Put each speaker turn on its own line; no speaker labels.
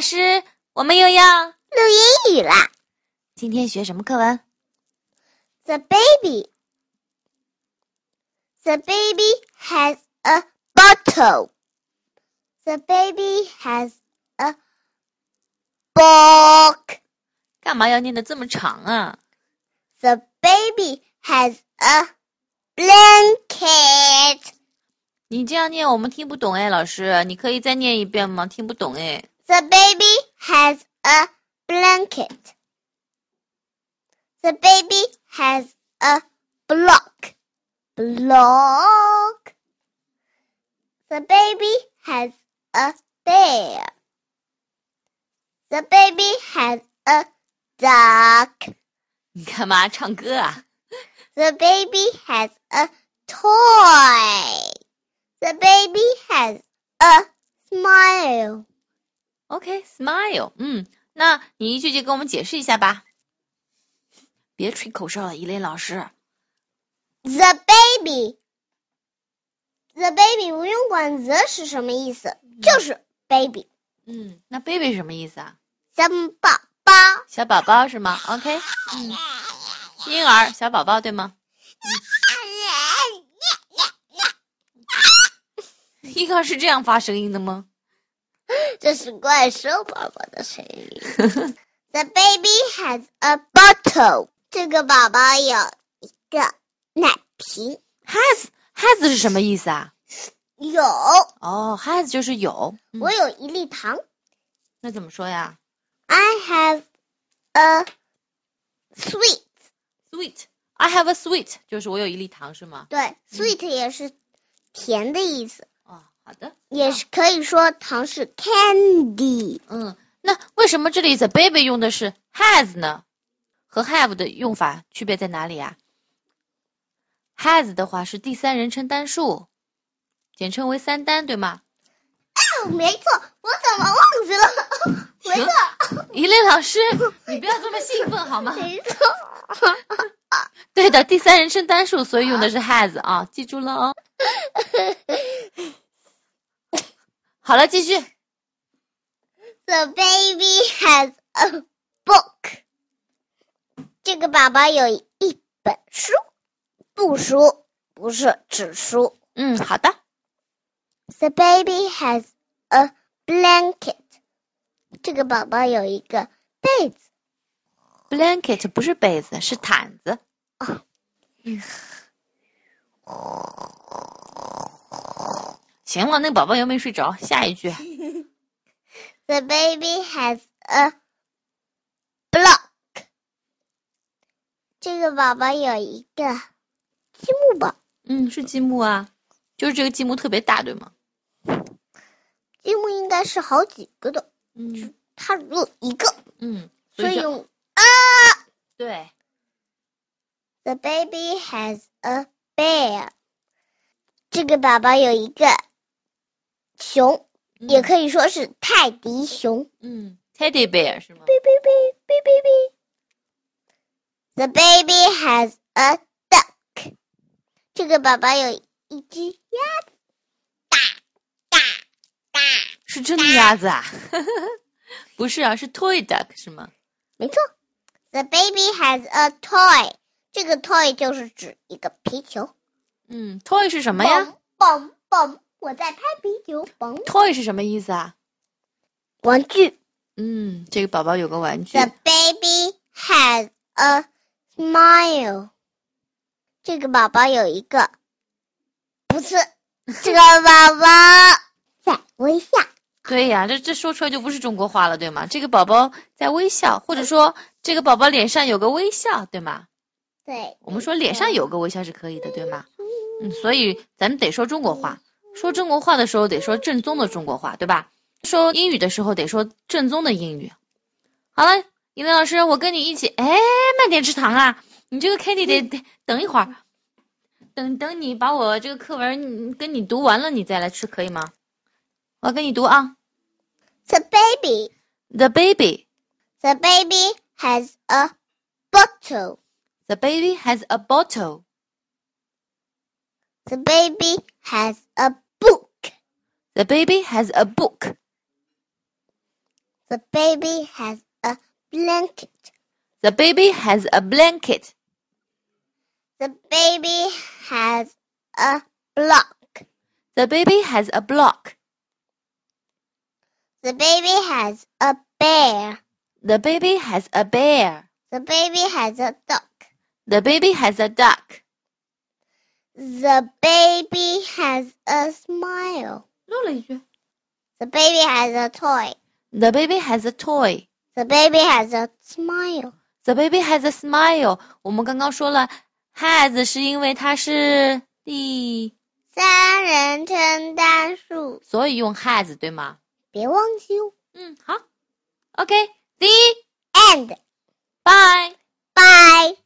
师，我们又要
录英语啦
今天学什么课文？
！The baby, the baby has a bottle. The baby has a book.
干嘛要念的这么长啊？
The baby has a blanket.
你这样念我们听不懂哎，老师，你可以再念一遍吗？听不懂哎。
The baby has a blanket. The baby has a block. Block. The baby has a bear. The baby has a duck.
你干嘛唱歌啊？
The baby has a toy. The baby has a smile.
OK，smile，、嗯，那你一句句给我们解释一下吧。别吹口哨了，伊琳老师。
The baby. The baby 不用管 the 是什么意思，就是 baby
嗯，那 baby 什么意思啊？
小宝宝。
小宝宝是吗？OK，嗯，婴儿，小宝宝对吗？婴儿是这样发声音的吗？
这是怪兽宝宝的声音。The baby has a bottle。这个宝宝有一个奶瓶，
has has 是什么意思啊？
有
哦、h has 就是有。嗯
我有一粒糖。
那怎么说呀
I have a sweet，
？Sweet。I have a sweet，就是我有一粒糖是吗？
对，sweet 也是甜的意思，
哦，好的。
也是可以说糖是 candy。
嗯，那为什么这里 the baby 用的是 has 呢？和 have 的用法区别在哪里啊？has 的话是第三人称单数，简称为三单，对吗？
哦，没错，我怎么忘记了？没错，
一类老师，你不要这么兴奋好吗？
没错。
对的，第三人称单数，所以用的是 has 啊，记住了哦。 好了，继续。
The baby has a book。这个宝宝有一本书，不书不是纸书。
嗯，好的。
The baby has a blanket。这个宝宝有一个被子。
Blanket 不是被子，是毯子。行了，那个宝宝又没睡着，下一句。
The baby has a block。这个宝宝有一个积木宝，
嗯，是积木啊，就是这个积木特别大，对吗？
积木应该是好几个的，
嗯
它只有一个，
嗯，
所以
叫
用
对
The baby has a bear。这个宝宝有一个熊，也
嗯
可以说是泰迪熊。
嗯，teddy bear 是吗？
哔哔哔哔哔哔。The baby has a duck。这个宝宝有一只鸭
是真的鸭子啊？ 不是啊，是 toy duck 是吗？
没错，The baby has a toy。这个 toy 就是指一个皮球。
嗯，toy 是什么呀
嘣嘣嘣！我在拍皮球，嘣！
？toy 是什么意思啊？
玩具。
嗯，这个宝宝有个玩具。
The baby has a smile。这个宝宝有一个，不是这个宝宝在微笑。
对呀，啊这这说出来就不是中国话了，对吗？这个宝宝在微笑，或者说这个宝宝脸上有个微笑，对吗？
对，
我们说脸上有个微笑是可以的，对吗？嗯，所以咱们得说中国话。说中国话的时候得说正宗的中国话，对吧？说英语的时候得说正宗的英语。好了，尹林老师，我跟你一起，哎，慢点吃糖啊！你这个 Kitty 得得等一会儿，等等你把我这个课文嗯跟你读完了，你再来吃可以吗？我要跟你读啊。
The baby,
The baby,
the baby has a bottle.
the baby has a bottle.
The baby has a book.
The baby has a book.
The The baby has a blanket.
The baby has a blanket.
The baby has a block.
The baby has a block.
The baby has a bear.
The baby has a bear.
The baby has a dog.
The baby has a duck.
The baby has a smile.
漏了一句。
The baby has a toy.
The baby has a toy.
The baby has a smile.
The baby has a smile. 我们刚刚说了，has 是因为它是第，
三人称单数，
所以用 has 对吗？
别忘记哦。
嗯，好。OK，第一
And
，bye。
bye.